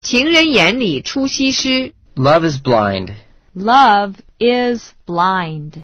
情人眼里出西施。 Love is blind. Love is blind.